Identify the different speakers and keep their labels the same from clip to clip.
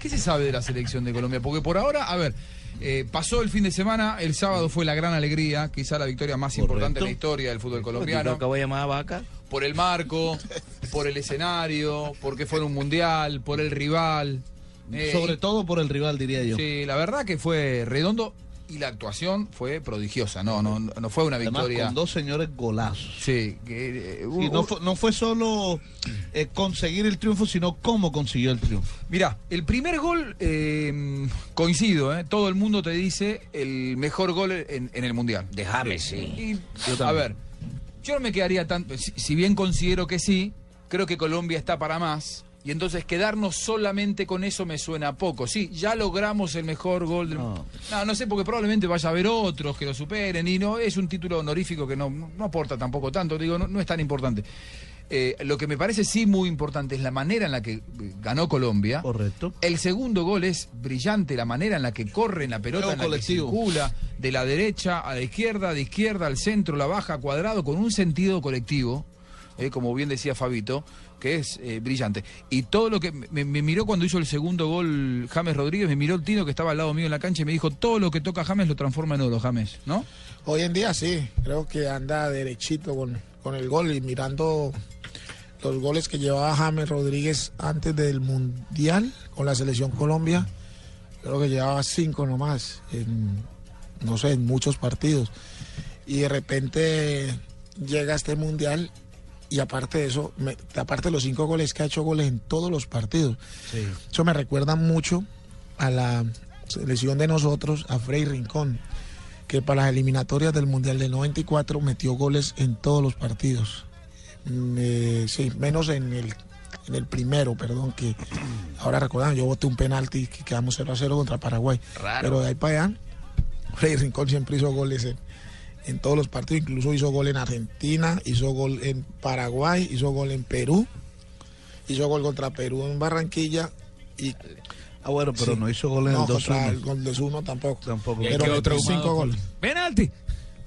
Speaker 1: ¿Qué se sabe de la selección de Colombia? Porque por ahora, a ver, eh, pasó el fin de semana, el sábado fue la gran alegría, quizá la victoria más importante en la historia del fútbol colombiano.
Speaker 2: acabo de llamar a Vaca.
Speaker 1: Por el marco, por el escenario, porque fue un mundial, por el rival. eh,
Speaker 2: Sobre todo por el rival, diría yo.
Speaker 1: Sí, la verdad que fue redondo y la actuación fue prodigiosa, no, no, no fue una
Speaker 2: Además,
Speaker 1: victoria.
Speaker 2: con dos señores golazos.
Speaker 1: Sí, que, eh,
Speaker 2: Y
Speaker 1: hubo-
Speaker 2: no, fue, no fue solo eh, conseguir el triunfo, sino cómo consiguió el triunfo.
Speaker 1: Mirá, el primer gol, eh, coincido, ¿eh? todo el mundo te dice el mejor gol en, en el Mundial.
Speaker 3: De James, sí.
Speaker 1: Y,
Speaker 2: también.
Speaker 1: a ver, yo no me quedaría tan. Si, si bien considero que sí, creo que Colombia está para más. Y entonces quedarnos solamente con eso me suena poco. Sí, ya logramos el mejor gol del
Speaker 2: No.
Speaker 1: no. no, sé, porque probablemente vaya a haber otros que lo superen. Y no, es un título honorífico que no, no aporta tampoco tanto. Digo, no, no es tan importante. Eh, lo que me parece sí muy importante es la manera en la que eh, ganó Colombia.
Speaker 2: Correcto.
Speaker 1: El segundo gol es brillante, la manera en la que corre en la pelota,
Speaker 2: Juego
Speaker 1: en la que
Speaker 2: colectivo.
Speaker 1: circula, de la derecha a la izquierda, de izquierda al centro, la baja, cuadrado, con un sentido colectivo, eh, como bien decía Fabito, que es eh, brillante. Y todo lo que me, me miró cuando hizo el segundo gol James Rodríguez, me miró el Tino que estaba al lado mío en la cancha y me dijo, todo lo que toca James lo transforma en oro, James, ¿no?
Speaker 4: Hoy en día sí, creo que anda derechito con, con el gol y mirando los goles que llevaba James Rodríguez antes del Mundial con la selección Colombia, creo que llevaba cinco nomás, en, no sé, en muchos partidos. Y de repente llega este Mundial y aparte de eso, me- aparte de los cinco goles que ha hecho goles en todos los partidos, eso me recuerda mucho a la selección de nosotros, a Frei Rincón, que para las eliminatorias del Mundial del 94 metió goles en todos los partidos. Mm, eh, sí, menos en el, en el primero, perdón, que ahora recordando, yo boté un penalti que quedamos 0 a 0 contra Paraguay. Pero de ahí para allá, Frei Rincón siempre hizo goles en, en todos los partidos, incluso hizo gol en Argentina, hizo gol en Paraguay, hizo gol en Perú, hizo gol contra Perú en Barranquilla y
Speaker 2: Ah, bueno, pero
Speaker 4: Sí.
Speaker 2: no hizo gol en
Speaker 4: no,
Speaker 2: el 2
Speaker 4: contra el gol de Zuno tampoco.
Speaker 2: Tampoco.
Speaker 4: Pero
Speaker 1: quedó
Speaker 4: metió
Speaker 1: traumado
Speaker 4: cinco
Speaker 1: con-
Speaker 4: goles.
Speaker 1: ¡Penalti!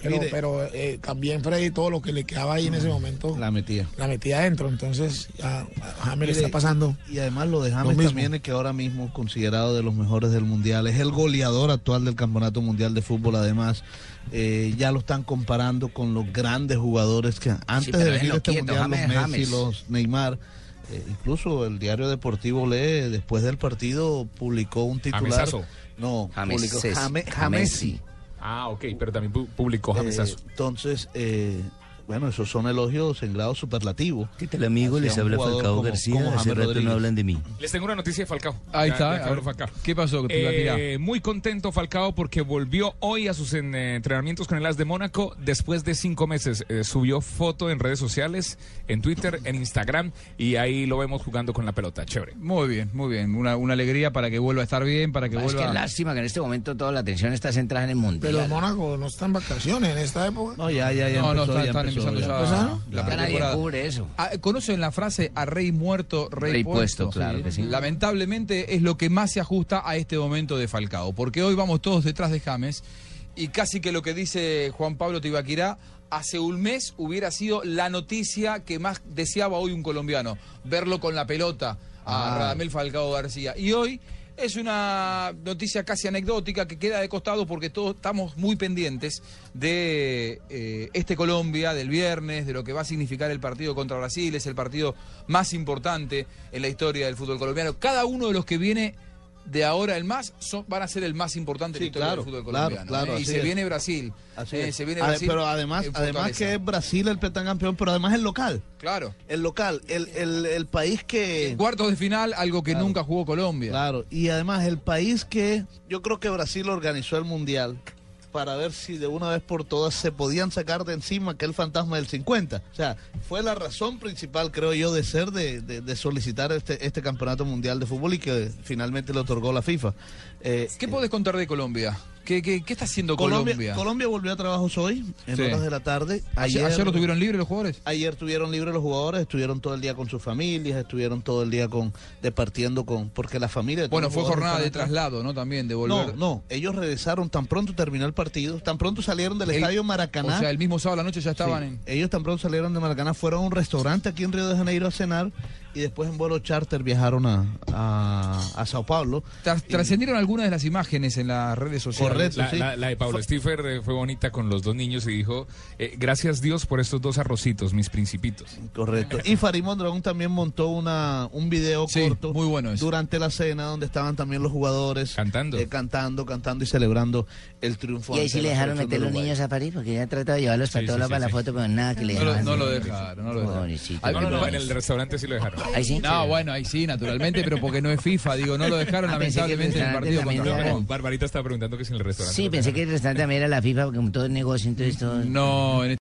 Speaker 4: Pero,
Speaker 2: Mire.
Speaker 4: pero, eh, también Freddy, todo lo que le quedaba ahí en ese momento,
Speaker 2: La
Speaker 4: la,
Speaker 2: metía.
Speaker 4: metía adentro. Entonces, ya, a James le
Speaker 2: Mire,
Speaker 4: está pasando.
Speaker 2: Y además lo de James
Speaker 4: mismo.
Speaker 2: también es que ahora mismo es considerado de los mejores del mundial. Es el goleador actual del Campeonato Mundial de Fútbol, además. Eh, ya lo están comparando con los grandes jugadores que antes
Speaker 3: pero
Speaker 2: de
Speaker 3: es
Speaker 2: venir
Speaker 3: lo
Speaker 2: a este
Speaker 3: quieto,
Speaker 2: mundial, los
Speaker 3: James,
Speaker 2: Messi,
Speaker 3: James.
Speaker 2: los Neymar. eh, incluso el diario deportivo lee después del partido publicó un titular.
Speaker 5: Jamesazo.
Speaker 2: No,
Speaker 3: James-
Speaker 2: publicó
Speaker 3: Ses-
Speaker 2: Jame-
Speaker 3: Jamesi.
Speaker 2: Jamesi.
Speaker 5: Ah, ok, pero también pu- publicó Jamesazo.
Speaker 2: Eh, entonces, eh, bueno, esos son elogios en grado superlativo.
Speaker 3: ¿Qué tal, amigo?
Speaker 2: Hacia
Speaker 3: Les
Speaker 2: un
Speaker 3: habla
Speaker 2: jugador
Speaker 3: Falcao
Speaker 2: como-
Speaker 3: García.
Speaker 2: como
Speaker 3: Hace
Speaker 2: James
Speaker 3: rato no
Speaker 2: Rodríguez.
Speaker 3: hablan de mí.
Speaker 5: Les tengo una noticia de Falcao.
Speaker 1: Ahí
Speaker 5: Ya-
Speaker 1: está,
Speaker 5: ya que
Speaker 1: a
Speaker 5: habló
Speaker 1: ver,
Speaker 5: Falcao.
Speaker 1: ¿qué pasó, Tibaquirá?
Speaker 5: Eh, muy contento Falcao porque volvió hoy a sus en- eh, entrenamientos con el As de Mónaco después de cinco meses. Eh, subió foto en redes sociales, en Twitter, en Instagram y ahí lo vemos jugando con la pelota. Chévere.
Speaker 1: Muy bien, muy bien. Una, una alegría para que vuelva a estar bien, para que
Speaker 3: Es
Speaker 1: vuelva...
Speaker 3: que lástima que en este momento toda la atención está centrada en el
Speaker 4: Pero
Speaker 3: mundial.
Speaker 4: Mónaco no está en vacaciones en esta época.
Speaker 2: No, ya, ya, ya.
Speaker 1: No, no,
Speaker 2: empezó,
Speaker 1: está-
Speaker 2: ya Pues, ah,
Speaker 1: están
Speaker 2: empezó,
Speaker 1: empezando ya
Speaker 2: ya.
Speaker 1: la
Speaker 3: Ya nadie
Speaker 1: temporada.
Speaker 3: cubre eso.
Speaker 1: Ah, ¿Conocen la frase a rey muerto, rey,
Speaker 3: Rey
Speaker 1: puesto?
Speaker 3: puesto, claro que sí.
Speaker 1: Lamentablemente es lo que más se ajusta a este momento de Falcao, porque hoy vamos todos detrás de James y casi que lo que dice Juan Pablo Tibaquirá, hace un mes hubiera sido la noticia que más deseaba hoy un colombiano, verlo con la pelota
Speaker 3: Ah.
Speaker 1: a Radamel Falcao García. Y hoy es una noticia casi anecdótica que queda de costado porque todos estamos muy pendientes de eh, este Colombia, del viernes, de lo que va a significar el partido contra Brasil. Es el partido más importante en la historia del fútbol colombiano. Cada uno de los que viene de ahora el más son- van a ser el más importante
Speaker 2: Sí,
Speaker 1: en la historia
Speaker 2: claro,
Speaker 1: del fútbol
Speaker 2: claro,
Speaker 1: colombiano.
Speaker 2: claro,
Speaker 1: ¿eh? Y
Speaker 2: así
Speaker 1: se
Speaker 2: es.
Speaker 1: viene Brasil.
Speaker 2: Así
Speaker 1: eh,
Speaker 2: es.
Speaker 1: se viene
Speaker 2: Ade-
Speaker 1: Brasil
Speaker 2: pero además,
Speaker 1: en
Speaker 2: además
Speaker 1: Fortaleza.
Speaker 2: que es Brasil el petán campeón, pero además es local.
Speaker 1: Claro.
Speaker 2: El local, el, el, el país que...
Speaker 1: Cuartos de final, algo que
Speaker 2: Claro.
Speaker 1: nunca jugó Colombia.
Speaker 2: Claro, y además el país que yo creo que Brasil organizó el Mundial para ver si de una vez por todas se podían sacar de encima aquel fantasma del 50. O sea, fue la razón principal, creo yo, de ser, de, de- de solicitar este, este campeonato mundial de fútbol y que finalmente le otorgó la FIFA. Eh,
Speaker 1: ¿Qué podés contar de Colombia? ¿Qué, qué, qué está haciendo Colombia?
Speaker 2: Colombia, Colombia volvió a trabajos hoy, en
Speaker 1: Sí.
Speaker 2: horas de la tarde.
Speaker 1: Ayer, ayer lo tuvieron libre los jugadores.
Speaker 2: Ayer tuvieron libre los jugadores, estuvieron todo el día con sus familias, estuvieron todo el día con departiendo con porque la familia de todos
Speaker 1: Bueno,
Speaker 2: los
Speaker 1: fue
Speaker 2: jugadores
Speaker 1: jornada de
Speaker 2: están acá.
Speaker 1: traslado, ¿no? También de
Speaker 2: No,
Speaker 1: volver.
Speaker 2: no, ellos regresaron tan pronto terminó el partido, tan pronto salieron del
Speaker 1: El-
Speaker 2: estadio Maracaná.
Speaker 1: O sea, el mismo sábado a la noche ya
Speaker 2: Sí,
Speaker 1: estaban en.
Speaker 2: Ellos tan pronto salieron de Maracaná, fueron a un restaurante aquí en Río de Janeiro a cenar y después en vuelo charter viajaron a, a, a Sao Paulo.
Speaker 1: Tras-
Speaker 2: Y-
Speaker 1: Trascendieron algunas de las imágenes en las redes sociales.
Speaker 2: Correcto.
Speaker 5: La,
Speaker 2: Sí.
Speaker 5: la- la de Pablo Stiffer eh, fue bonita con los dos niños y dijo, eh, gracias Dios por estos dos arrocitos, mis principitos.
Speaker 2: Correcto. Y Farimond Dragón también montó una, un video
Speaker 1: Sí,
Speaker 2: corto
Speaker 1: muy bueno eso.
Speaker 2: durante la cena donde estaban también los jugadores
Speaker 5: Cantando.
Speaker 2: eh, cantando, cantando y celebrando el triunfo.
Speaker 3: Y ahí
Speaker 2: ante
Speaker 3: sí
Speaker 2: la
Speaker 3: le dejaron
Speaker 2: selección
Speaker 3: meter
Speaker 2: de
Speaker 3: los
Speaker 2: Uruguay.
Speaker 3: niños a París porque ya trataba de llevarlos para
Speaker 5: Sí,
Speaker 3: todos
Speaker 5: sí,
Speaker 3: lados
Speaker 5: sí,
Speaker 3: para la
Speaker 5: sí.
Speaker 3: foto, pero nada que le
Speaker 1: No lo-
Speaker 3: dejaron.
Speaker 1: no lo dejaron, no lo dejaron.
Speaker 3: Pobrecito,
Speaker 1: Ay,
Speaker 5: No, no, no,
Speaker 1: bueno.
Speaker 5: en el restaurante sí lo dejaron.
Speaker 3: Ahí sí.
Speaker 1: No, bueno, ahí sí, naturalmente, pero porque no es FIFA, digo, no lo dejaron
Speaker 3: Ah, pensé que
Speaker 1: lamentablemente en el
Speaker 3: antes
Speaker 1: partido contra
Speaker 3: también
Speaker 5: No,
Speaker 3: era-
Speaker 1: Japón.
Speaker 5: Barbarita estaba preguntando que si en el restaurante.
Speaker 3: Sí,
Speaker 5: lo
Speaker 3: pensé
Speaker 5: dejaron.
Speaker 3: que el restaurante también era la FIFA porque como todo es negocio, entonces todo...
Speaker 1: No, en